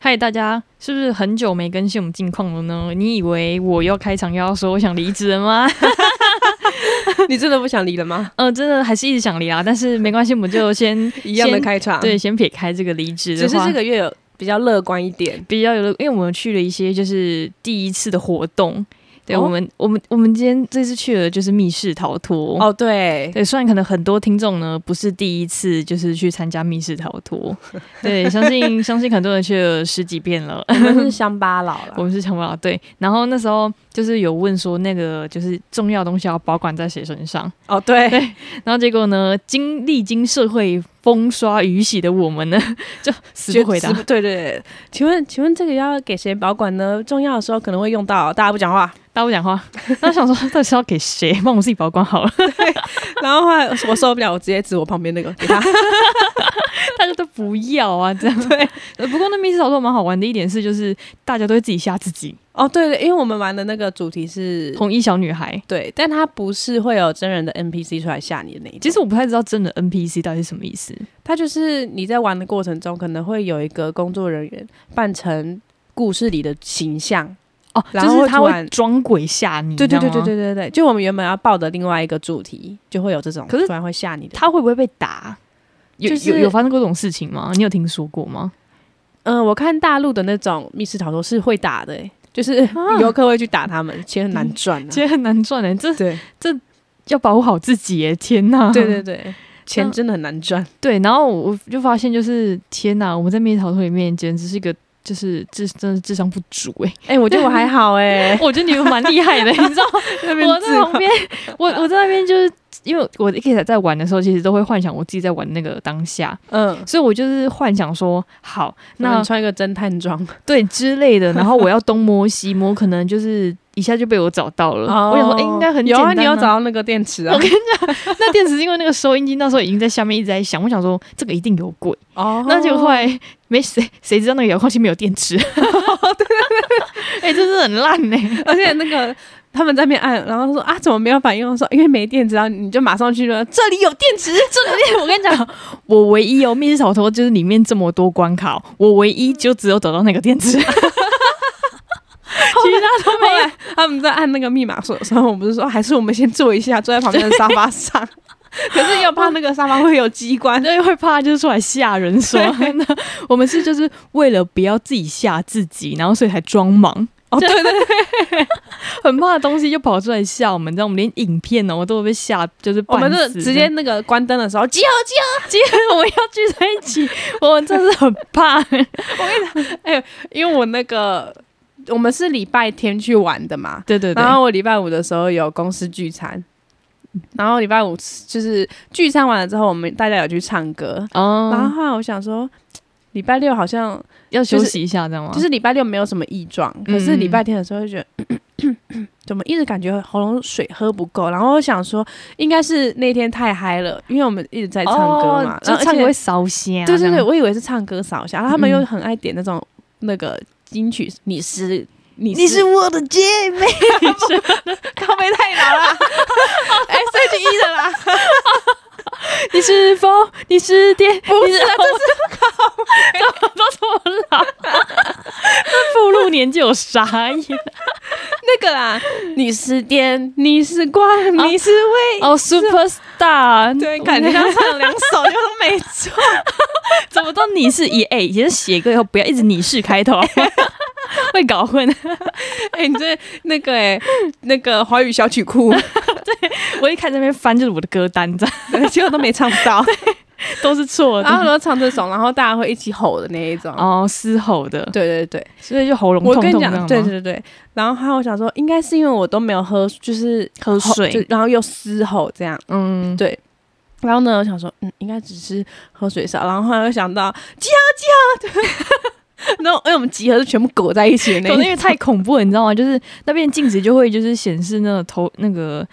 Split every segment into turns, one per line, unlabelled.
嗨，大家是不是很久没更新我们近况了呢？你以为我要开场要说我想离职了吗？
你真的不想离了吗？
呃，真的还是一直想离啊，但是没关系，我们就先
一样的
先
开场，
对，，先撇开这个离职的
只
话，
是这个月有比较乐观一点。
比较有乐，因为我们去了一些就是第一次的活动。对，
哦
我们我们我们今天这次去了就是密室逃脱。
哦，对，
对，虽然可能很多听众呢不是第一次就是去参加密室逃脱，对，相信相信很多人去了十几遍了。
我们是乡巴佬
我
了。
们是城堡对，然后那时候就是有问说那个就是重要东西要保管在谁身上，
哦，对，
对然后结果呢，经历经社会风刷雨洗的我们呢， 就死不回答
绝死。不对对对，请问请问这个要给谁保管呢？重要的时候可能会用到，大家不讲话。
大家不讲话。然后想说到底是要给谁？帮我自己保管好了。
然后后来我受不了，我直接指我旁边那个给他。
大家都不要啊，这样对。 不过那密室逃脱蛮好玩的一点是，就是大家都会自己吓自己。
哦，对对，因为我们玩的那个主题是。
红衣小女孩，
对，但它不是会有真人的 NPC 出来吓你的那一种，
其实我不太知道真的 NPC 到底是什么意思。
它就是你在玩的过程中，可能会有一个工作人员扮成故事里的形象，
哦，
然后
就是他
会突
会
然
装鬼吓你，
对对
你
对
知道
对
吗。
对对对，就我们原本要报的另外一个主题，就会有这种，
可是
突然会吓你的。
他会不会被打？有、
就是
有有发生过这种事情吗？你有听说过吗？
嗯、我看大陆的那种密室逃脱是会打的、欸，就是
啊
游客会去打他们，钱很难赚、啊。
其实很难赚哎、这
对
要保护好自己哎、天哪！
对对对， 钱真的很难赚。
对，然后我就发现就是天哪，我们在密室逃脱里面简直是一个就是智真的智商不足哎、
哎、我觉得我还好哎、
我觉得你们蛮厉 害的，你知道吗？
那边
我
自
在旁边，我 我在那边就是。因为我一开始在玩的时候，其实都会幻想我自己在玩那个当下，
嗯，
所以我就是幻想说，好，
那
那
你穿一个侦探装，
对之类的，然后我要东摸西摸，可能就是一下就被我找到了。 我想说，哎、应该很简
哦有
单、
啊，你有找到那个电池啊
我？跟你讲， 那电池是因为那个收音机那时候已经在下面一直在响，我想说这个一定有鬼，
哦
那结果后来没谁谁知道那个遥控器没有电池，对 哎、真是很烂呢、
而且那个他们在那边按，然后说啊，怎么没有反应？我说因为没电池啊，你就马上去了，这里有电池，这里
我跟你讲，我唯一有密室逃脱就是里面这么多关卡，我唯一就只有找到那个电池， 其他都没
后
有。
来他们在按那个密码锁的时候，我们是说还是我们先坐一下，坐在旁边的沙发 上。可是又怕那个沙发会有机关，
对，会怕就是出来吓人说， 那我们是就是为了不要自己吓自己，然后所以才装忙。
哦对
对对，很怕的东西就跑出来吓我们，这样我们连影片哦都会被吓，就是
我们
半
就
死
直
这
接
样
那个关灯的时候集合集
今天我们要聚在一起，我们真是很 怕。
合，因为我那个我们是礼拜天去玩的嘛，
对对对，
然后我礼拜五的时候有公司聚餐，然后礼拜五就是聚餐完了之后，我们大家有去唱歌，
哦，
然后后来我想说。礼拜六好像
要休息一下，这样吗？
就是礼拜六没有什么异状，可是
啊嗯
礼拜天的时候就觉得、 怎么一直感觉喉咙水喝不够，然后我想说应该是那天太嗨了，因为我们一直在唱歌
哦
嘛，然
就
后
唱歌
而
会
且
烧香。
对对
这
对，
样，
我以为是唱歌扫一下，然后他们
嗯
又很爱点那种那个金曲，你是你
你 是我的姐妹，
靠背太老了， 哎、最近一的啦，
你是否你是天？
不
你
是
是
啊，这
都这么老，那步入年纪有啥眼？
是那个啦，你是电，你是光，
啊
你是为，
哦，Super Star，
对，感觉像唱两首就都没错。
怎么都你是也哎，以前写歌以后不要一直你是开头，会搞混。
哎、你这那个哎、那个华语小 曲库，
我一开始那边翻就是我的歌单，这样
结果都没唱到，
都哦是错
然后
的。
都唱这种，然后大家会一起吼的那一种。
哦，嘶吼的，
对对对，
所以就喉咙
我
痛
跟
痛
你
这样
讲，
吗
对对对，然后还有想说，应该是因为我都没有喝，就是
喝
吼就
水，
然后又嘶吼这样，
嗯，
对然后呢，我想说，嗯，应该只是喝水少，然后后来又想到集合 集合，对， 然后因为我们集合是全部裹在一起的
可
那
能
一种
因为太恐怖了，你知道吗？就是那边镜子就会就是显示那个头那个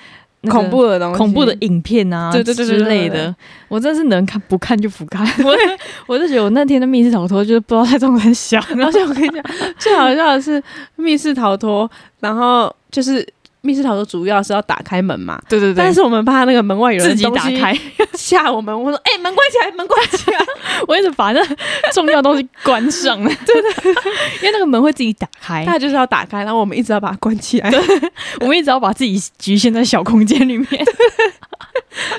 那个
恐怖的东西，
恐怖的 影片啊，
对对对对
之类
对对
的，我真是能看不看就不看。 我我就觉得我那天的密室逃脱就是不知道在中很 小，然
而
后
且我跟你讲，最好笑的是密室逃脱，然后就是密室逃脱主要是要打开门嘛，
对对对，
但是我们怕那个门外有人
自己打
东西
开，
吓我们，我说哎、门关起来，门关起 来，
我一直把那重要东西关上了。 对对，因为那个门会自己打开，
它就是要打开，然后我们一直要把它关起来，
我们一直要把自己局限在小空间里面。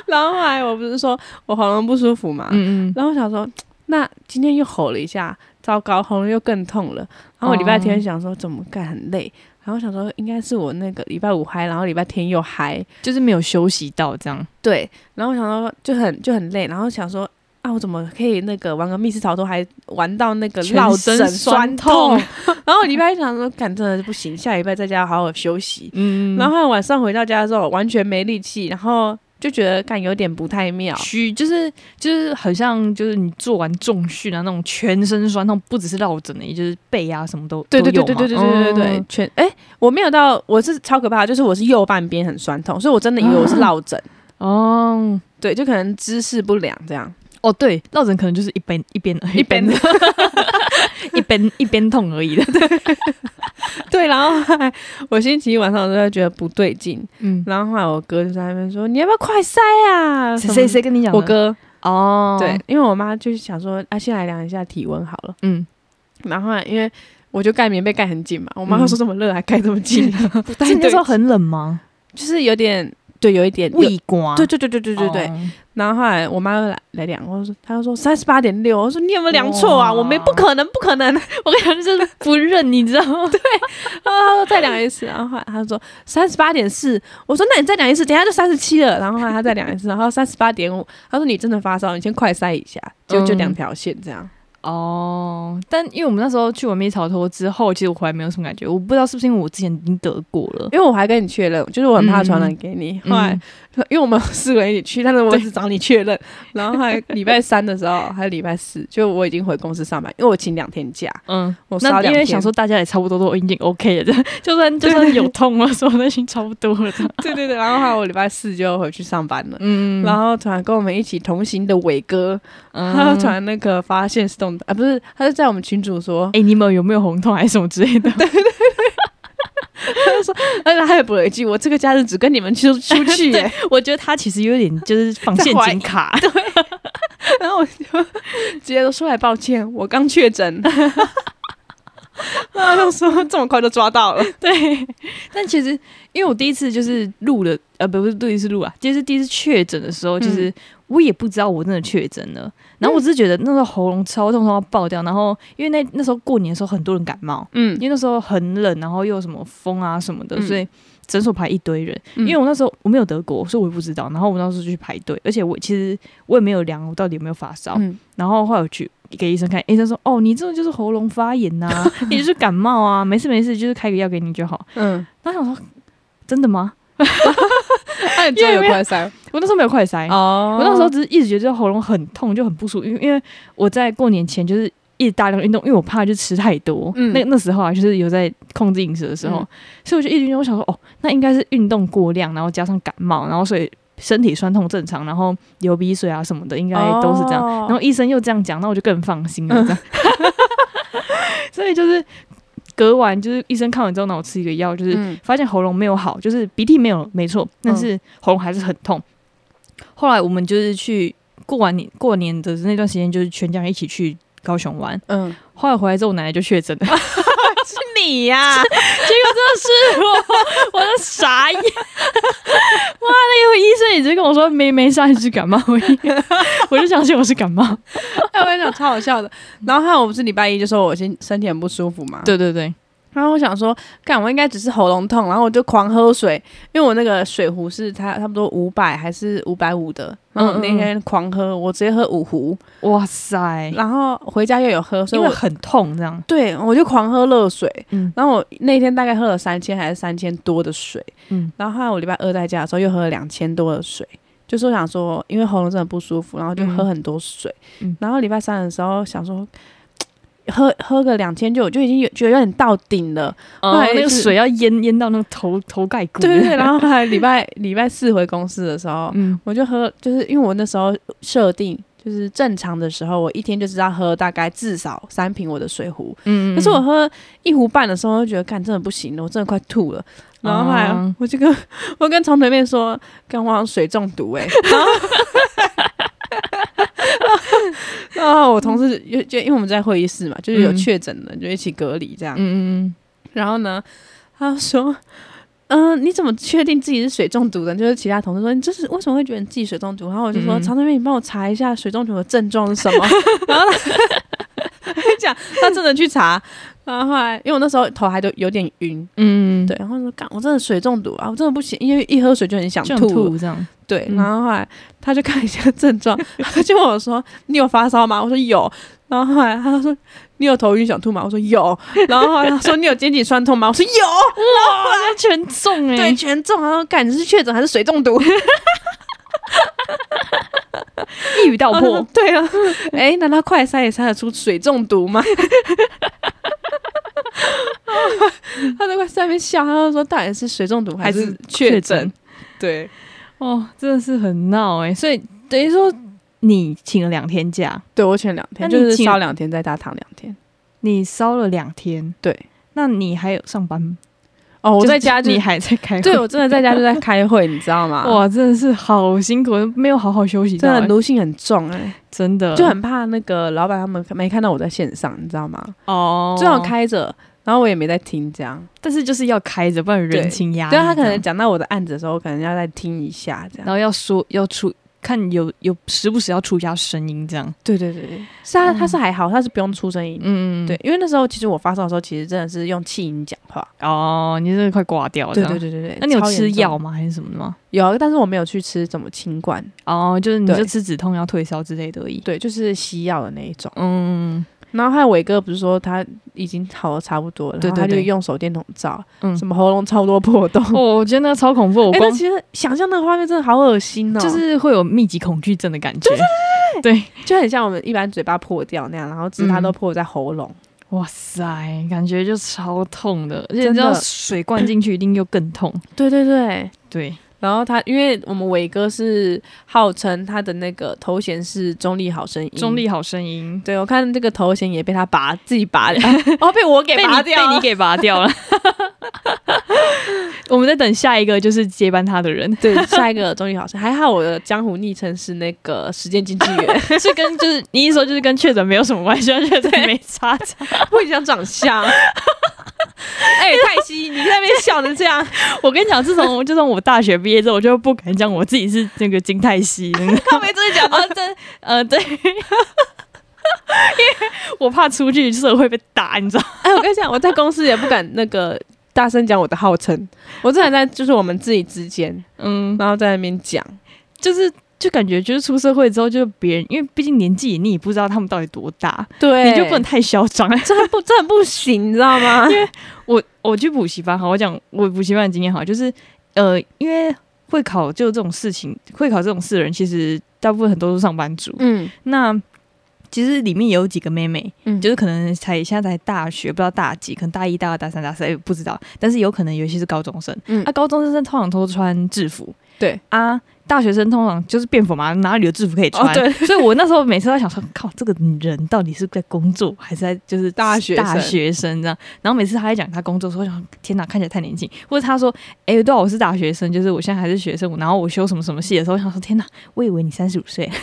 然后后来我不是说我喉咙不舒服嘛，
嗯嗯，
然后我想说，那今天又吼了一下，糟糕，喉咙又更痛了。然后我礼拜天
哦
想说怎么干很累，然后我想说应该是我那个礼拜五嗨，然后礼拜天又嗨，
就是没有休息到这样。
对，然后我想说就很就很累，然后想说。啊！我怎么可以那个玩个密室逃脱，还玩到那个
全
落
身
枕
酸
酸
痛
痛？ 然后我礼拜一想说，干真的是不行，下礼拜在家好好休息。
嗯，
然后晚上回到家的时候，完全没力气，然后就觉得干有点不太妙。
虚就是就是好像就是你做完重训啊那种全身酸痛，不只是落枕的，也就是背啊什么都
对对
都
对
有
对
嘛
对对对对对，
嗯
全哎、我没有到，我是超可怕的，就是我是右半边很酸痛，所以我真的以为我是落枕，
哦
对，就可能姿势不良这样。
哦对，落枕可能就是一边一边
一边
的， 一边一边痛而已的。
对，然后后来我星期一晚上我就会觉得不对劲，
嗯，
然后后来我哥就在那边说：“你要不要快塞啊？”
谁
什
谁
么？
谁跟你讲的？
我哥
哦，
对，，因为我妈就是想说，啊，先来量一下体温好了。
嗯，
然后后来因为我就盖棉被盖很紧嘛，我妈
嗯
说这么热还盖这么紧， 不太
是那
对
时候很冷吗？
就是有点对，有一点有
胃瓜，
对对对对对对对。
哦
然后后来我妈又来来量，我说她就说三十八点六，我说你有没有量错
哇
啊？我没 不可能不可能，
我跟你讲，就是不认，你知道吗？
啊再量一次。然后后来她就说三十八点四，我说那你再量一次，等一下就三十七了。然后后来她再量一次，然后三十八点五，她说你真的发烧，你先快塞一下，就就
嗯
两条线这样。
哦，但因为我们那时候去完蜜草脱之后，其实我回来没有什么感觉，我不知道是不是因为我之前已经得过了。
因为我还跟你确认，就是我很怕传染给你。后来
嗯
因为我们有四个人一起去，但是我只找你确认。然后还礼拜三的时候，还有礼拜四，就我已经回公司上班，因为我请两天假，
嗯，
我烧
那
两天。
因为想 说大家也差不多都已经 OK 了， 这样就算就算有痛了，什么都已经差不多了。这 样
对对对，然后还有我礼拜四就回去上班了。
嗯
然后突然跟我们一起同行的伟哥， 他
嗯
突然那个发现是动的啊，不是，他就在我们群主说，
哎，你们有没有红痛还是什么之类的？
而且他还补了一句：“我这个假日只跟你们出 出去。
对
耶
我觉得他其实有点就是放
在
陷
怀
阱
疑
卡，”
然后我就直接都说来抱歉，我刚确诊。 然后他说这么快就抓到了，
对，但其实因为我第一次就是录了，呃，不不是第一次录啊，就是第一次确诊的时候，
嗯
就是我也不知道我真的确诊了，然后我只是觉得那时候喉咙超痛，痛到爆掉，然后因为那那时候过年的时候很多人感冒，
嗯
因，为那时候很冷，然后又有什么风啊什么的，
嗯
所以诊所排一堆人。
嗯
因为我那时候我没有得过，所以我也不知道，然后我那时候就去排队，而且我其实我也没有量我到底有没有发烧，
嗯，
然后后来我去给医生看，医生说：“哦，你这个就是喉咙发炎呐、 你就是感冒啊，没事没事，就是开个药给你就好。”
嗯，
然后想说，真的吗？
那你真的有快塞
我那时候没有快塞，
哦
我那时候只是一直觉得喉咙很痛，就很不舒服，因为因为我在过年前就是一直大量运动，因为我怕就吃太多。
嗯
那那时候啊，就是有在控制饮食的时候，
嗯
所以我就一直运动，我想说，哦，那应该是运动过量，然后加上感冒，然后所以身体酸痛正常，然后流鼻水啊什么的，应该都是这样。
哦
然后医生又这样讲，那我就更放心了。这 样，所以就是隔完，就是医生看完之后，然后我吃一个药，就是
嗯
发现喉咙没有好，就是鼻涕没有没错，但是喉咙还是很痛。后来我们就是去过完年过年的那段时间，就是全家人一起去高雄玩。
嗯，
后来回来之后，我奶奶就确 诊了，结果
是你 呀，
真的是我，我都傻眼。 哇，那个医生也直接跟我说，没没上一次感冒而 已，我就相信我是感冒。
哎，我跟你讲超好笑的。然后后来我不是礼拜一就说我身身体很不舒服嘛，
对对对，
然后我想说，干，我应该只是喉咙痛，然后我就狂喝水，因为我那个水壶是它差不多五百还是五百五的，然
嗯
后我那天狂喝，我直接喝五壶，
哇塞，
然后回家又有喝，
哎
所
因
以
为
我
很痛这样。
对我就狂喝热水，
嗯
然后我那天大概喝了三千还是三千多的水，
嗯
然后后来我礼拜二在家的时候又喝了两千多的水，就是我想说，因为喉咙真的不舒服，然后就喝很多水。
嗯嗯
然后礼拜三的时候想说，嘖喝喝个两千就我就已经有觉得有点到顶了，
哦，
对
那个
是
水要淹淹到那个头头盖骨。
对对对。然后后 来礼拜礼拜四回公司的时候，
嗯
我就喝，就是因为我那时候设定。就是正常的时候，我一天就是要喝大概至少三瓶我的水壶。
嗯，
可是我喝一壶半的时候，我就觉得干真的不行了，我真的快吐了。然后后来
哦
我就跟、 我跟长腿妹说，干我好像水中毒哎、欸。然后 然后我同事就就因为我们在会议室嘛，就是有
嗯
确诊的，就一起隔离这样。
嗯嗯
然后呢，他就说：“嗯、你怎么确定自己是水中毒的？”就是其他同事说：“你这是为什么会觉得你自己水中毒？”然后我就说：“
嗯
常常妹，你帮我查一下水中毒的症状是什么。”然后他我跟你讲，他真的去查。然后后来，因为我那时候头还都有点晕，
嗯嗯，
对，然后说：“干，我真的水中毒啊，我真的不行，因为一喝水就很想
就
吐。
吐这样，
对，
嗯
然后后来他就看一下症状， 他就问我说：“你有发烧吗？”我说有。然后后来他说：“你有头晕想吐吗？”我说有。然后后来他说：“你有肩颈酸痛吗？”我说有。
哇，那全中哎、
对，全中。然后干，你是确诊还是水中毒？
一语道
然后他
破
说， 对啊，哎，难道快筛也筛得出水中毒 吗？他在快筛边笑，他就说：“到底是水中毒还是确诊？”对，
哦，真的是很闹哎、所以等于说你请了两天假，
对我前两
那
天就
你
是
请
烧两天，再大躺两天。
你烧了两天，
对，
那你还有上班吗？
哦，我在家
就是
就
你还在开会，
对我真的在家就在开会，你知道吗？
哎哇，真的是好辛苦，没有好好休息到
真
欸、
的奴性很重哎、
真的
就很怕那个老板他们没看到我在线上，你知道吗？
哦，
最好，开着，然后我也没在听这样。
但是就是要开着，不然人
对
情压力这
对啊，
样。
他可能讲到我的案子的时候，我可能要再听一下这
然
样。
后要说要出，看有有时不时要出一下声音这样。
对对对对，是啊，
嗯
他是还好，他是不用出声音。
嗯，
对，因为那时候其实我发烧的时候，其实真的是用气音讲话。
哦，你真的快挂掉了。
对对。对对对，
那你有
超严
吃
重
药？吗？还是什么的吗？
有，啊但是我没有去吃什么清冠，
哦，就是你
对
就吃止痛药、退烧之类的而已。
对，就是西药的那一种。
嗯
然后还有伟哥不是说他已经好的差不多了，
对
然后他
对
就
对
用手电筒照，
嗯
什。么喉咙超多破洞。
哦，我觉得那个超恐怖，我
哎、
光
那其实想象那个画面真的好恶心哦，
就是会有密集恐惧症的感觉。对，
就很像我们一般嘴巴破掉那样，然后只是它
嗯
都破在喉咙。
哇塞，感觉就超痛的，而且
真
你知道
的
水灌进去一定又更痛。
对对对，
对，
然后他因为我们伟哥是号称他的那个头衔是中立好声音，
中。立好声音
对，我看这个头衔也被他拔，自己拔掉， 哦，被我给
被
拔
你
掉
被你
给，
给拔掉了。 我们在等下一个就是接班他的人，
对，下一个中立好声，还好我的江湖昵称是那个时间经纪人，
是跟就是你一说就是跟确诊没有什么关系，确诊没 差。
不影响长相。 哎、泰熙，你在那边笑成这样，
我跟你讲，自从自从我大学毕业之后，我就不敢讲我自己是那个金泰熙。
他没真的讲
啊，对，呃，对， 因为我怕出去社会被打，你知道吗？
哎，我跟你讲，我在公司也不敢那个大声讲我的号称，我之前在就是我们自己之间，
嗯，
然后在那边讲，
就是就感觉就是出社会之后，就是别人，因为毕竟年纪你也不知道他们到底多大，
对
你就不能太嚣张。
这很不这很不行，你知道吗？
我我去补习班，好，我讲我补习班的经验好，就是呃，因为会考就这种事情，会考这种事的人，其实大部分很多都是上班族。
嗯
那其实里面也有几个妹妹，
嗯
就是可能才现在才大学，不知道大几，可能大一、大二、大三、大四，哎不知道。但是有可能有一些是高中生，
嗯
啊，高中生通常都穿制服，
对
啊，大学生通常就是便服嘛，哪里有制服可以穿？
哦对
所以我那时候每次都在想说，靠，这个人到底是在工作还是在就是
大学生
大学生这样？然后每次他在讲他工作的时候，我想天哪，看起来太年轻，或者他说，哎、对啊，我是大学生，就是我现在还是学生，然后我修什么什么系的时候，我想说，天哪，我以为你三十五岁，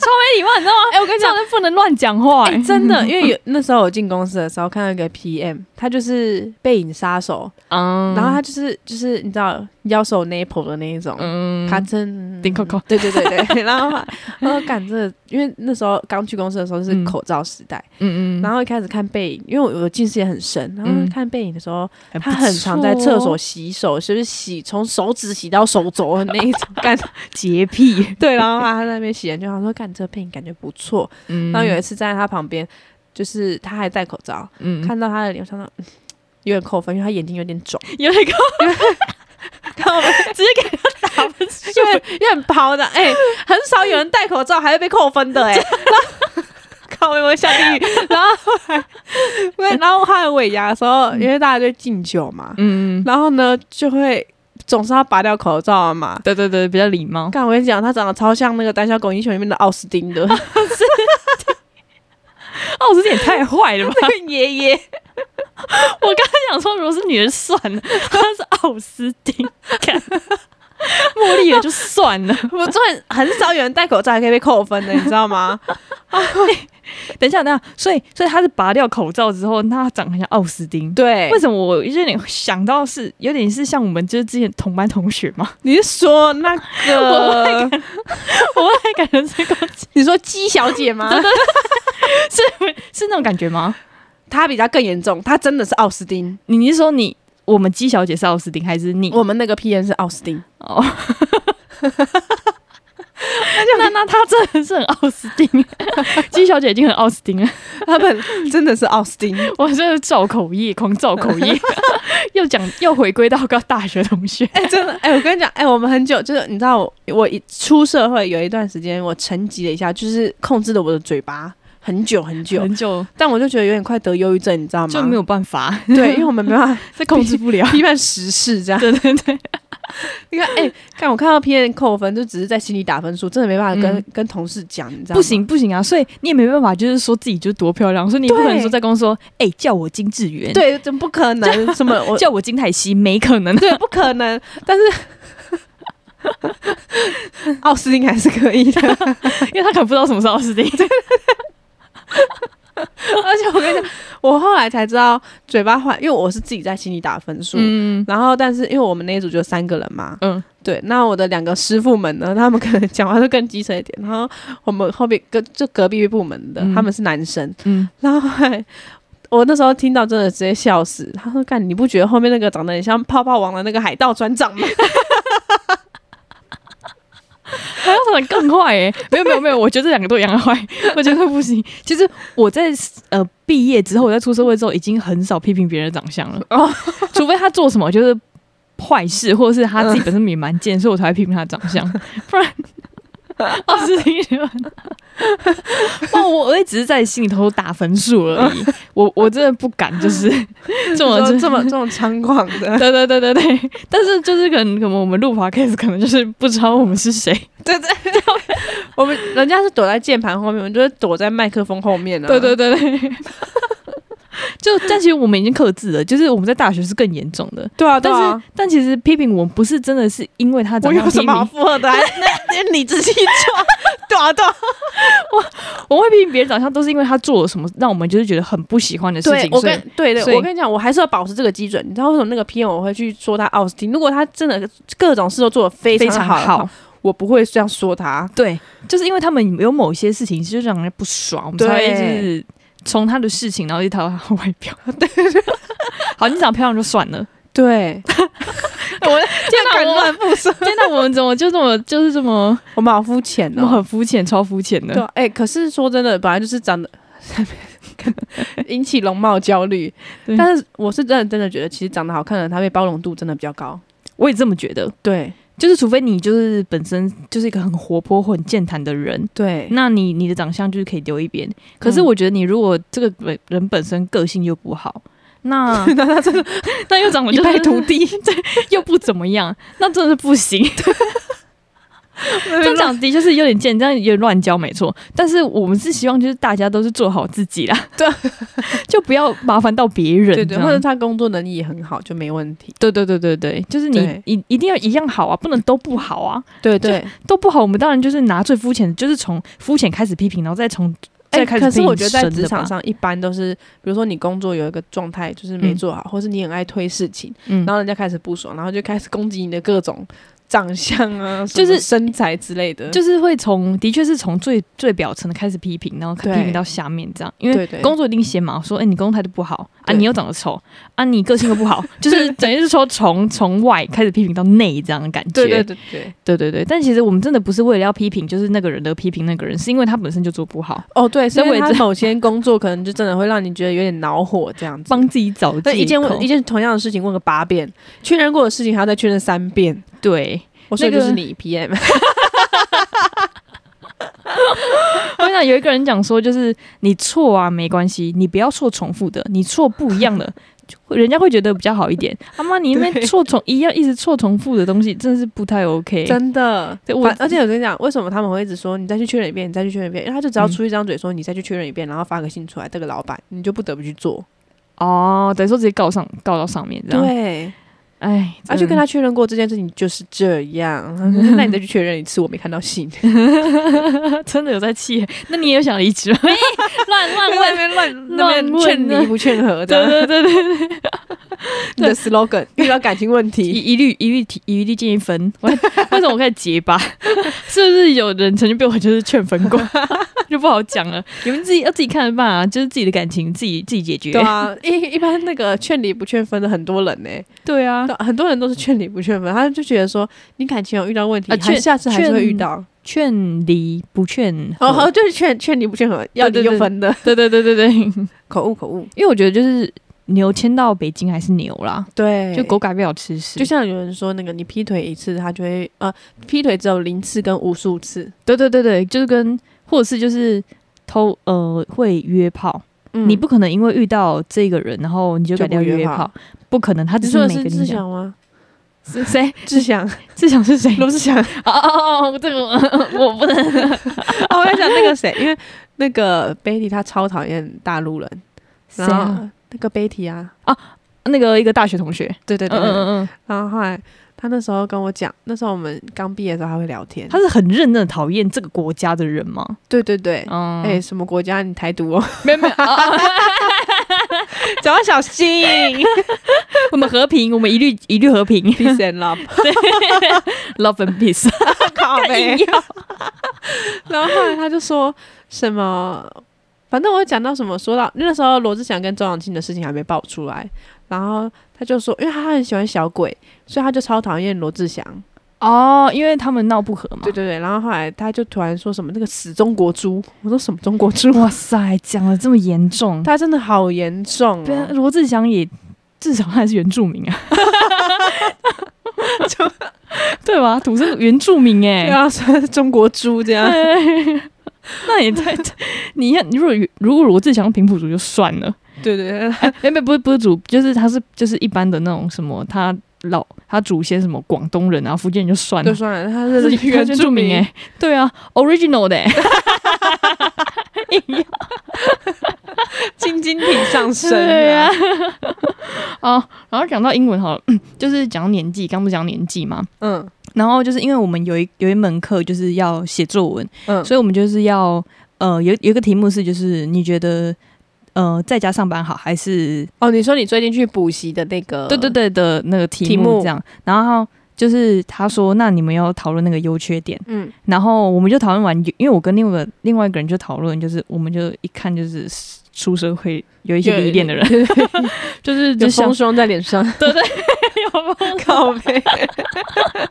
超没礼貌，你知道吗？哎、我跟你讲，不能乱讲话、欸
哎、真的，因为 有那时候我进公司的时候，看到一个 PM，他就是背影杀手，
嗯
然后他就是就是你知道腰手 nipple 的那一种，
嗯
他真
顶扣扣
对对对对，然 后然后赶着，因为那时候刚去公司的时候是
嗯
口罩时代，
嗯嗯，
然
后
后一开始看背影，因为我我近视也很深，然
嗯
后看背影的时候，
哎
他很常
哦
在厕所洗手，就是洗从手指洗到手肘的那一种感觉。
洁癖，
对，然后他在那边洗，就想说，看这背影感觉不错。
嗯
然后有一次站在他旁边，就是他还戴口罩，
嗯
看到他的脸，我想到嗯有点扣分，因为他眼睛有点肿，
有点高， 直接给他打分数，
因为有点包的。哎、很少有人戴口罩还会被扣 分的哎、欸。靠！我下地狱。然后 后来，因为然后后来尾牙的时候，因为大家就敬酒嘛，
嗯，
然后呢，就会总是要拔掉口罩啊嘛。
对对对，比较礼貌。
看我跟你讲，他长得超像那个《胆小狗英雄》里面的奥斯汀 的
奥斯汀也太坏 了吧！
爷爷，
我刚才想说，如果是女人算了，他是奥斯汀， 看茉莉也就算了。
我真的很少有人戴口罩还可以被扣分的，你知道吗？
等一下，等一下，所以所以他是拔掉口罩之后，那他长得像奥斯汀。
对
为，什么我有点想到是有点是像我们就是之前同班同学嘛？
你是说那个？
我后来感觉这个
你说鸡小 姐吗？
是是那种感觉吗？
她比较更严重，她真的是奥斯汀。
你你是说你我们姬小姐是奥斯汀还是你？
我们那个 P N 是奥斯汀，
哦， 那那他真的是很奥斯汀，姬小姐已经很奥斯汀了。
他们真的是奥斯汀。
我真的造口业，狂造口业， 又讲又回归到跟大学同学。
哎、真的， 哎、我跟你讲，哎、我们很久就是你知道我，我一出社会有一段时间，我沉寂了一下，就是控制了我的嘴巴很久很久，
哎很久
但我就觉得有点快得忧郁症，你知道吗？
就没有办法，
对，因为我们没办 法
这控制不了。
批判时事这样。
对对对，
你看，哎、看我看到 P N 扣分，就只是在心里打分数，真的没办法跟、
嗯
跟同事讲，你知道吗？
不行不行啊！所以你也没办法，就是说自己就多漂亮，所以你也不可能说在公司说，哎、叫我金智媛，，
对，怎么不可能？什么我
叫我金泰熙，没可能。
对，不可能。但是奥斯汀还是可以的，
因为他可能不知道什么是奥斯汀。
而且我跟你讲，我后来才知道嘴巴坏，因为我是自己在心里打分数。
嗯
然后，但是因为我们那一组就三个人嘛，
嗯，
对，那我的两个师傅们呢，他们可能讲话都更机车一点。然后我们后边跟就隔壁部门的，
嗯
他们是男生，
嗯，
然后后来我那时候听到真的直接笑死。他说：“干，你不觉得后面那个长得很像泡泡王的那个海盗船长 吗？”
还要长得更坏哎、没有没有没有，我觉得这两个都一样坏，我觉得不行。其实我在呃毕业之后，我在出社会之后，已经很少批评别人的长相了，
哦
除非他做什么就是坏事，或者是他自己本身也蛮贱，所以我才会批评他的长相，不然。奥斯汀人，哦，我我也只是在心里偷偷打分数而已，我我真的不敢，就是这么
就
就
说这么这么猖狂 的，
对对对对 对，但是就是可能可能我们录 podcast 可能就是不知道我们是 谁，
对对， 我们人家是躲在键盘后面，我们就是躲在麦克风后面了。啊
对对对 对。就但其实我们已经克制了，就是我们在大学是更严重的，
对啊！
但
但
是、
是
但其实批评我们不是真的是因为他
我
长相
有
批
什
评，
么好附和 的啊？那那你自己 抓，对啊对啊。
我会批评别人长相都是因为他做了什么让我们就是觉得很不喜欢的事
对
情。，
我
所以
跟对
所
对，
以
我跟你讲，我还是要保持这个基准。你知道为什么那个 P M 我会去说他奥斯汀？如果他真的各种事都做得非
非
常
常
好，
好，
我不会这样说他。
对，就是因为他们有某些事情就让人不爽，我们才会
对
就是从他的事情然后去讨论他的外 表。对，好，你长得漂亮就算了。
对，
我
天
哪我
乱附身，
天哪，我们怎么就这么就是这 么
我们好肤浅
我们
哦。
很肤浅，超肤浅的。
对啊，哎，可是说真的，本来就是长得 引起容貌焦虑，
对
但是我是真的真的觉得，其实长得好看的人，他被包容度真的比较高。
我也这么觉得。
对
就是除非你就是本身就是一个很活泼、很健谈的人，
对
那你你的长相就是可以丢一边。可
嗯
是我觉得你如果这个本人本身个性就不好， 那那他真的，那又长得
一败涂
地， 对，又不怎么样，那真的是不行。这样讲的确是有点贱，这样有点乱教，没错。但是我们是希望就是大家都是做好自己啦，
对，
就不要麻烦到别人，
对对，
这样
或者他工作能力也很好，就没问题。
对对对对对，就是你
对
一一定要一样好啊，不能都不好啊。
对
对，都不好，我们当然就是拿最肤浅的，就是从肤浅开始批评，然后再从
哎、
再开始
可
批
是
评
我觉得在
深的
职场
吧，
上一般都是，比如说你工作有一个状态就是没做好，或是你很爱推事情，
嗯
然，后人家开始不爽，然后就开始攻击你的各种长相 啊，
就是
什么身材之类的。
就是会从的确是从最最表层的开始批评，然后批
对
评到下面这样，因为
对对
工作一定先嘛，说哎、你工作态度不好啊，
对
你又长得丑啊，你个性又不 好，就是等于是说从从外开始批评到内这样的感觉，
对对对对，
对对对但其实我们真的不是为了要批评，就是那个人的批评那个人，是因为他本身就做不好，
哦对，
所
所
以我
以他
也知
某些工作可能就真的会让你觉得有点恼火这样子。
帮自己找
对一
借
件
口
问一件同样的事情问个八遍，确认过的事情还要再确认三遍。
对。
我说
那
的
个
就是你 PM，
我想啊有一个人讲说，就是你错啊没关系，你不要错重复的，你错不一样的，人家会觉得比较好一点。阿妈，你那边
对
错重一样一直错重复的东西，真的是不太 OK。
真的，
对我
反而且欸我跟你讲，为什么他们会一直说你再去确认一遍，你再去确认一遍？因为他就只要
嗯
出一张嘴说你再去确认一遍，然后发个信出来，这个老板你就不得不去做。
哦，等于说直接告上告到上面这样。，
对，
哎，
而且
真的
啊跟他确认过这件事情就是这 样。他说那你再去确认一次，我没看到 信，
真的有在气耶，那你也有想离职吗？ 乱乱
那边乱 啊那边
乱问
劝
呢
离不劝 和
对
的，
对对对，对
你的 slogan 遇到感情问题，
一一律一律提一律建议分。 我为什么我开始结巴？ 是不是有人曾经被我就是劝分 过，就不好讲了？你们自己要自己看着办啊，就是自己的感情自己自己解决。
对啊，一一般那个劝离不劝分的很多人呢，
对啊，
对很多人都是劝离不劝分，他就觉得说你感情有遇到问题
啊，
还
劝
下次还是会遇
劝
到，
劝离不劝和。
哦，就是劝劝离不劝和，要离
对对
又
对
分的，
对对对对对， 因
口误口误，
为我觉得就是牛迁到北京还是牛啦，
对
就狗改不了吃屎。
就像有人说，那个你劈腿一次，他就会呃，劈腿只有零次跟无数次。
对对对对，就是跟或者是就是偷呃会约炮，
嗯
你不可能因为遇到这个人，然后你就改掉约炮，
就
不可能。他只
你说的
没
是
跟
志
你讲
祥吗？
是 谁？
志祥，
志祥是谁？
罗志 祥。
哦哦哦，这个我 我不能。
哦，我在想那个谁，因为那个 Betty 她超讨厌大陆人，
谁
然后、
啊？
那个 Betty 啊，
呃那个一个大学同学。
对对
嗯
对
嗯
对
嗯嗯，
然后后来他那时候跟我讲，那时候我们刚毕业的时候还会聊天。
他是很认真的讨厌这个国家的人吗？
对对对，
嗯，
哎、什么国家你台独哦，
没有没有，啊 啊啊
讲话小心
我们和平，我们一律一律和平
，peace and love，
，love and peace。
靠背
硬。要
然后后来他就说什么，反正我讲到什么，说到那时候罗志祥跟周扬青的事情还没爆出来，然后他就说，因为他很喜欢小鬼，所以他就超讨厌罗志祥。
哦，因为他们闹不和嘛
对。对对，然后后来他就突然说什么那个死中国猪，我说什么中国猪？
哇塞，讲的这么严重，
他真的好严重、
对啊，
哦，
罗志祥也至少他还是原住民啊， 对吧？土生原住民哎、
对啊，说是中国猪 这样。
对 那也太，你看，如果如果罗志祥平埔族就算了，
对对对，
哎，没没不是不是族，就是他是就是一般的那种什么，他老他祖先什么广东人啊、福建人就算了
就，算了，他
他
是原住
住民
民
哎、，对啊，original 的、欸，
晶晶体上升、
对
啊
啊。哦，然后讲到英文好了， 就是讲年纪，刚不是讲年纪嘛。
嗯
然后就是因为我们有一有一门课就是要写作文，
嗯，
所以我们就是要呃有有一个题目是就是你觉得呃在家上班好还是
哦，你说你最近去补习的那个，
对对对的那个题
题
目
目
这样，然后。就是他说，那你们要讨论那个优缺点，
嗯，
然后我们就讨论完，因为我跟另外一个另外一个人就讨论，就是我们就一看就是出社会有一些历练的人，
对，对对
就是就
有
像
风霜在脸上，
有风
靠 背，啊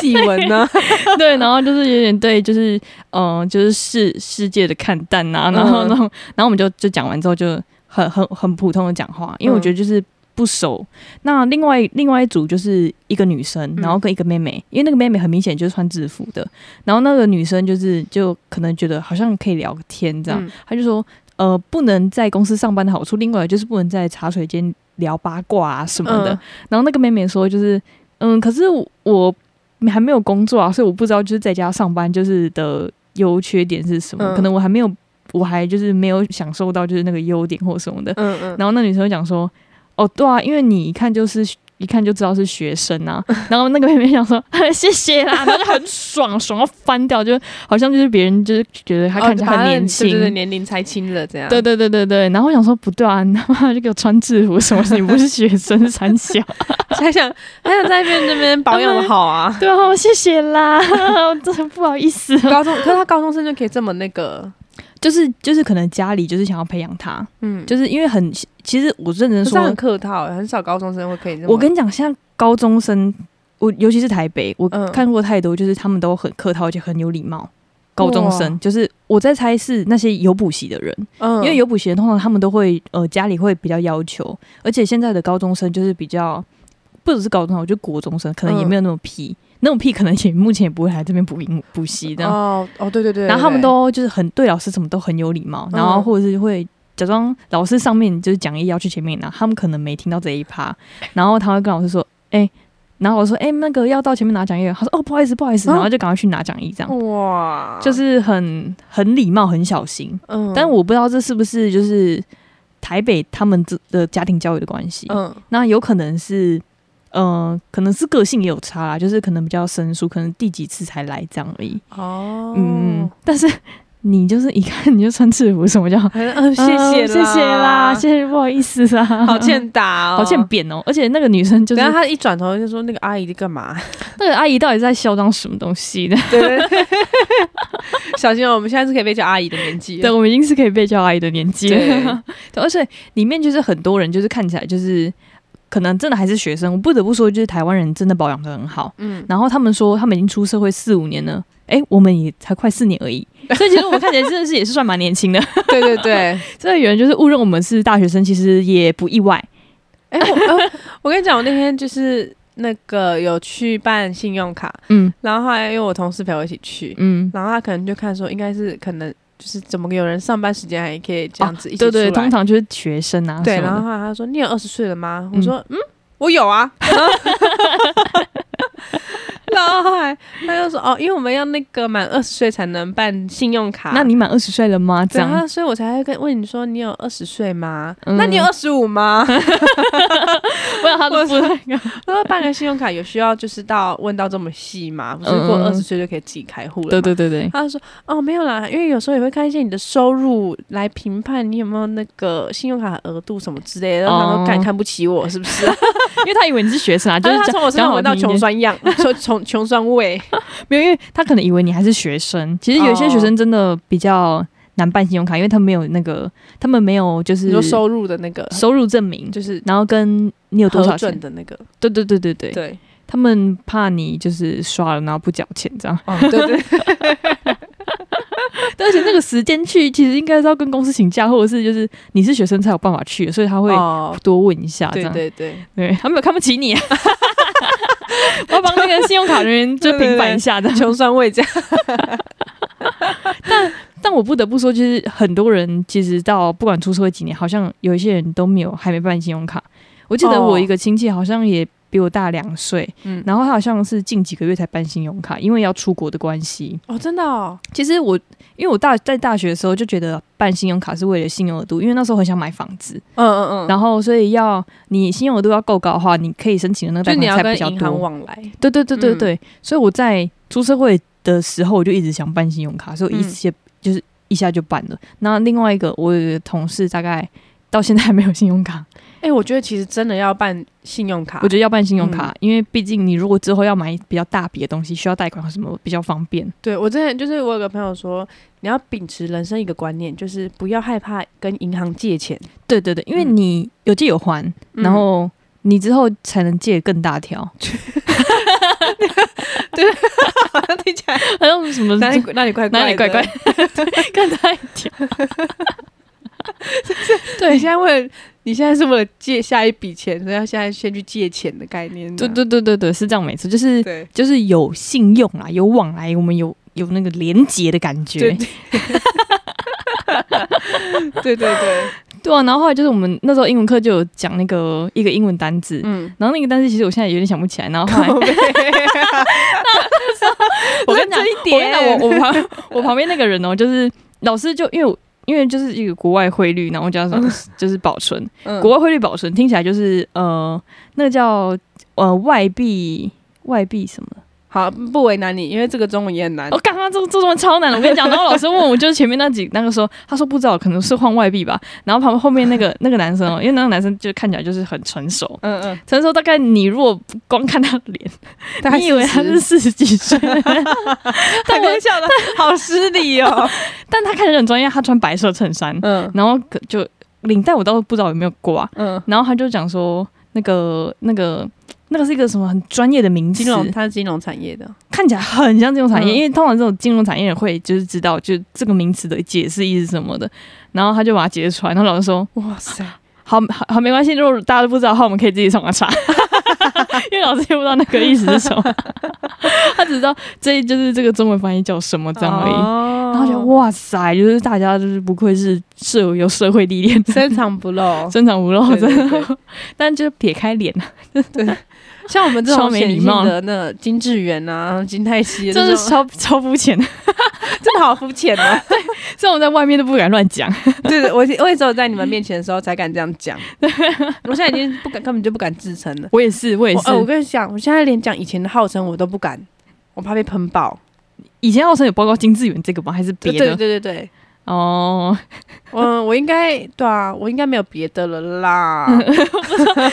细纹呢？
对，然后就是有点对，就是嗯、呃就是世世界的看淡呐、啊，然后
嗯
那种，然后我们就就讲完之后就很很很普通的讲话，因为我
嗯
觉得就是不熟。那另外另外一组就是一个女生，然后跟一个妹妹，因为那个妹妹很明显就是穿制服的，然后那个女生就是就可能觉得好像可以聊个天这样，
嗯
她就说呃不能在公司上班的好处，另外就是不能在茶水间聊八卦啊什么的。
嗯
然后那个妹妹说，就是嗯，可是我我还没有工作啊，所以我不知道就是在家上班就是的优缺点是什么，
嗯
可能我还没有，我还就是没有享受到就是那个优点或什么的。
嗯嗯，
然后那女生就讲说，哦，对啊，因为你一看就是。一看就知道是学生 啊，然后那个妹妹想说 谢谢啦，然后就很爽，爽到翻掉，就好像就是别人就是觉得她看起来
哦
很年
对对对，
轻，
年龄才轻了这样。
对对对对对，然后我想说不对啊， 你他妈就给我穿制服什么，你不是学生三小，
还想还想在那边那边保养的好啊。
对啊，谢谢 啦，真的不好意思，
高中，可是 他高中生就可以这么那个，
就是就是可能家里就是想要培养他，
嗯，
就是因为很其实我认真
可是他
说
很，客套，欸很少高中生会可以这么。
我跟你讲，现在高中生，我尤其是台北，我
嗯
看过太多，就是他们都很客套而且很有礼貌。高中生
哇
就是我在猜是那些有补习的人，
嗯，
因为有补习的通常他们都会呃家里会比较要求，而且现在的高中生就是比较不只是高中生，我觉得国中生可能也
嗯
没有那么屁，那种屁可能也目前也不会来这边补英补习这样。
哦哦对对对，
然后他们
对
都就是很对老师什么都很有礼貌，
嗯
然后或者是会假装老师上面就是讲义要去前面拿，他们可能没听到这一 趴，然后他会跟老师说，哎、然后我说，哎、那个要到前面拿讲义了，他说，哦，不好意思，不好意思，
嗯哦
然后就赶快去拿讲义，这样、
哇，
就是是很很礼貌，很小心。
嗯
但我不知道这是不是就是台北他们这的家庭教育的关系，
嗯
那有可能是，呃，可能是个性也有差啦，就是可能比较生疏，可能第几次才来这样而已。
哦，
嗯，但是你就是一看你就穿制服，什么叫？
还是，嗯， 谢
啊
谢
谢谢啦，谢谢，不好意思啦，
好，欠打哦，
好欠。扁哦。而且那个女生就是
等一下，他一转头就说那个阿姨在干嘛？
那个阿姨到底在嚣张什么东西 呢？
对 对对，小心哦，我们现在是可以被叫阿姨的年纪了。
对，我们已经是可以被叫阿姨的年纪了。
对
对而且里面就是很多人，就是看起来就是可能真的还是学生。我不得不说，就是台湾人真的保养的很好。
嗯，
然后他们说他们已经出社会四五年了，哎，我们也才快四年而 已，所以其实我们看起来真的是也是算蛮年轻的。
对对对。
所以有人就是误认我们是大学生，其实也不意外。
哎、我、呃我跟你讲，我那天就是那个有去办信用卡，
嗯
然后后来因为我同事陪我一起去，
嗯，
然后他可能就看说应该是可能就是怎么有人上班时间还可以这样嗯子一起出
哦对
来，
对，通常就是学生啊什么的，
对，然后后来他说你有二十岁了吗？
嗯
我说嗯，我有啊。 然后后来他就说哦，因为我们要那个满二十岁才能办信用卡，
那你满二十岁了吗？这
对
样
啊，所以我才会跟问你说你有二十岁吗？
嗯
那你有二十五 吗？
不然他都
我
不 太
他说办个信用卡有需要就是到问到这么细吗？不是过
嗯
二十岁就可以自己开户了吗？
对对对对，
他就说哦没有啦，因为有时候也会看一些你的收入来评判你有没有那个信用卡额度什么之类的，然后他
哦
说干看不起我是不 是？
因为他以为你是学生 啊，就
他
是
说他
讲
从我身
讲
上
好
闻到
听一点
穷酸 样，说穷穷酸 味。
没有，因为他可能以为你还是学生。其实有一些
哦
学生真的比较难办信用卡，因为他们没有那个，他们没有就
你
是
说收入的那个
收入证明，
就是
然后跟你有多
核
少
准
钱？
的那个，
对对对对对，
对，
他们怕你就是刷了然后不缴钱这样。
哦对对，
但是那个时间去，其实应该是要跟公司请假，或者是就是你是学生才有办法去，所以他会
哦，
多问一下这
对
样。
对对，
对他们有看不起 你、啊。我要帮那个信用卡人员就平反一下的，
穷酸味这样，
但我不得不说，就是很多人其实到不管出社会几年，好像有一些人都没有还没办信用卡。我记得
哦
我一个亲戚好像也比我大两岁，
嗯
然后他好像是近几个月才办信用卡，因为要出国的关系。
哦真的哦，
其实我因为我大在大学的时候就觉得办信用卡是为了信用额度，因为那时候很想买房子，
嗯嗯嗯，
然后所以要你信用额度要够高的话，你可以申请的那个
就
贷
是你要
款才
跟
比较
银行
多。
往来，
对对对对
嗯
对，所以我在出社会的时候，我就一直想办信用卡，所以我一
嗯
直、就是一下就办了。那另外一个，我有一个同事大概到现在还没有信用 卡，
哎，我觉得其实真的要办信用卡，
我觉得要办信用卡，
嗯
因为毕竟你如果之后要买比较大笔的东西，需要贷款或什么比较方便。
对我之前就是我有个朋友说，你要秉持人生一个观念，就是不要害怕跟银行借钱，
对对对，因为
嗯
你有借有还，然 后你之后才能借更大 条，
嗯 听起来
还有什么
哪里哪里怪
哪里怪怪
的，
更大一条。对
你现在为了你现在是为了借下一笔钱，所以要现在先去借钱的概念 这
对
样。
对对对对，是这样没错，就是
对
就是有信用啦，有往来，我们有有那个连结的感觉。
对对对 对，
对啊，然后后来就是我们那时候英文课就有讲那个一个英文单字，
嗯，
然后那个单字其实我现在有点想不起来。然后后来 我跟你讲，
认真一
我跟你
点
讲，我我旁 我旁边那个人哦，就是老师就因为我因为就是一个国外汇率，然后加上就是保存，
嗯
国外汇率保存听起来就是呃，那个叫呃外币外币什么的。
好不为难你，因为这个中文也很难
我。刚刚这这中文超难的，我跟你讲。然后老师问我，就是前面那几那个时候，他说不知道，可能是换外币吧。然后旁边后面那个那个男生哦，因为那个男生就看起来就是很成熟，
嗯嗯，
成熟大概你如果光看他的脸，
大
你以为他是四十几 岁，但
他
我
跟笑的好失礼哦。
但他看起来很专业，他穿白色衬衫，
嗯
然后可就领带我倒是不知道有没有挂，
嗯，
然后他就讲说那个那个。那个是一个什么很专业的名词
金，融他是金融产业的，
看起来很像金融产业，
嗯
因为通常这种金融产业会就是知道就这个名词的解释意思什么的，然后他就把它解释出来，然后老师说
哇塞，
好好好没关系，如 果大家都不知道的话，我们可以自己上网查，因为老师也不知道那个意思是什么。他只知道这就是这个中文翻译叫什么这样而已。
哦
然后就哇塞，就是大家就是不愧是社有有社会历练的，
深藏不 露，
深藏不露，
对嗯对
真
对
的。但就是撇开脸啊，
像我们这种
超没
显
礼
性
貌
的那金智媛啊、金泰熙，
真的是超超肤浅 的，
真的好肤浅啊！
这种在外面都不敢乱讲。
对对，我我也只有在你们面前的时候才敢这样 讲，我现在已经不敢，根本就不敢自称了。
我也是，我也
我
是
呃。我跟你讲，我现在连讲以前的号称我都不敢，我怕被喷爆。
以前奥森有报告金志远这个吗？还是别
对
的？
对对对对，
哦，
嗯，我应该对啊，我应该没有别的了 啦。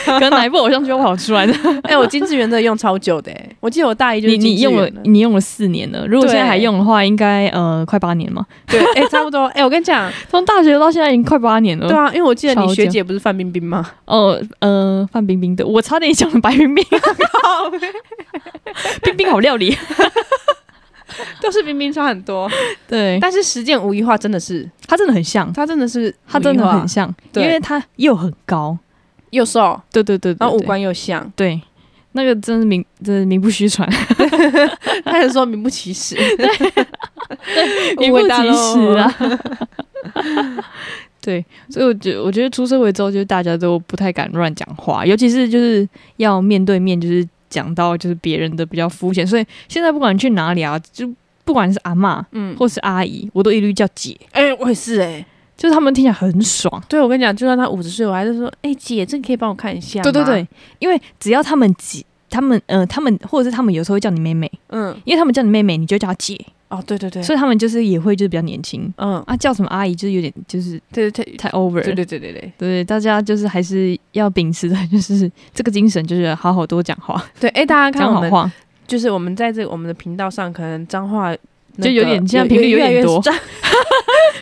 可能哪一部偶像剧跑出来的？
哎、我金智媛真的用超久的、欸，我记得我大一就是
你
金
你
智
用了
媛了，
你用了四年了，如果现在还用的话，应该呃快八年嘛，
对，哎、差不多。哎、我跟你讲，
从大学到现在已经快八年了。
对，啊，因为我记得
嗯超
你
久
学姐不是范冰冰 吗？
哦呃范冰冰的，我差点想成白 冰冰，冰冰好料理。
都是冰冰差很多，
对，
但是实践吴一化真的是，
她真的很像，
她真的是，
嗯她真的很像，因
对
为她又很高，
又瘦，
对对对对
然后五
对
官又像，
对。那个真是名，真是名不虚传，
她还说名不 其实，
名不
伟
其
大
实
咯
啊。 对，所以我觉得，我觉得出社会之后，就是大家都不太敢乱讲话，尤其是就是要面对面，就是讲到就是别人的比较肤浅。所以现在不管去哪里啊，就不管是阿嬷
嗯，
或是阿姨，我都一律叫姐，
哎、我也是哎、
就是他们听起来很爽。
对我跟你讲，就算她五十岁，我还是说，哎、姐，这个可以帮我看一下，
对对对，，因为只要他们姐，他们呃，他们或者是他们有时候会叫你妹妹，
嗯，
因为他们叫你妹妹，你就叫她姐，
哦，对对对，
所以他们就是也会就是比较年轻
嗯，
啊，叫什么阿姨就是有点就是
对对对，
太 over 了。
对对对对对
对，大家就是还是要秉持的，就是这个精神，就是好好多讲话，
对，哎、大家看
讲
我
好
们
话。
就是我们在这个我们的频道上，可能脏话、那个
就有点这样频率有
越来
点
越
多
脏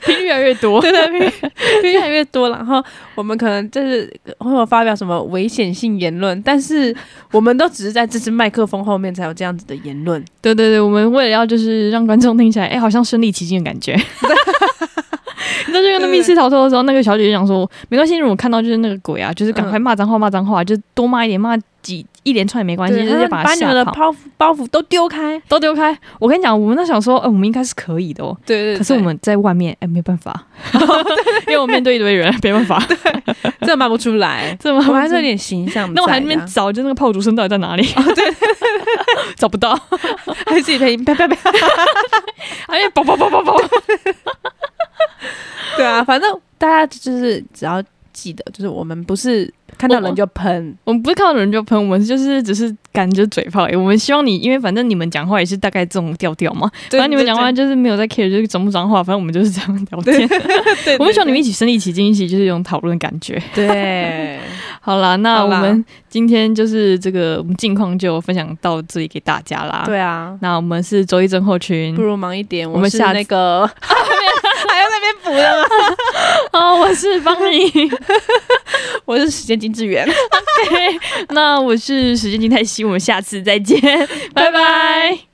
频率越来越多，
对对，频 率越来越多。然后我们可能就是会有发表什么危险性言论，但 是我们都只是在这支麦克风后面才有这样子的言论。
对对对，我们为了要就是让观众听起来，哎、好像身临其境的感觉。 你知道，就跟那密室逃脱的时候，那个小姐姐讲说，没关系，如果我看到就是那个鬼啊，就是赶
嗯
快骂脏话，骂脏话，就多骂一点，骂几一连串也没关系，
对
就
他
是
们
把
把
它
你
吓
们的
跑
包袱包袱都丢开。
都丢开。我跟你讲，我们那想说，呃，我们应该是可以的哦。
对对
可是我们在外面，哎、没办 法，因为我面对一堆人，没办法，，
真的骂不出来
这么
我们还是有点形象。啊
那我还在那边找，就那个炮竹声到底在哪里？对，找不到，
还自己配音，啪啪啪。
哎，宝宝宝宝宝，
对啊，反正大家就是只要记得，就是我们不是看到人就喷。
我们不是看到人就喷，我们就是只是感觉嘴炮而已。我们希望你，因为反正你们讲话也是大概这种调调嘛，反正你们讲话就是没有在 care，就是脏不脏话，反正我们就是这样聊天。
对，
我们希望你
们
们一起身临其境，一起就是有种讨论的感觉。
对。
好啦，那
好
我
啦
们今天就是这个我们近况就分享到这里给大家啦。，
对啊，
那我们是周一症候群
不，如忙一点。
我们
是
下次
那 个还要在那边补了吗？
哦，我是邦尼。
我是时间金志源，
那我是时间金泰熙，我们下次再见，拜拜。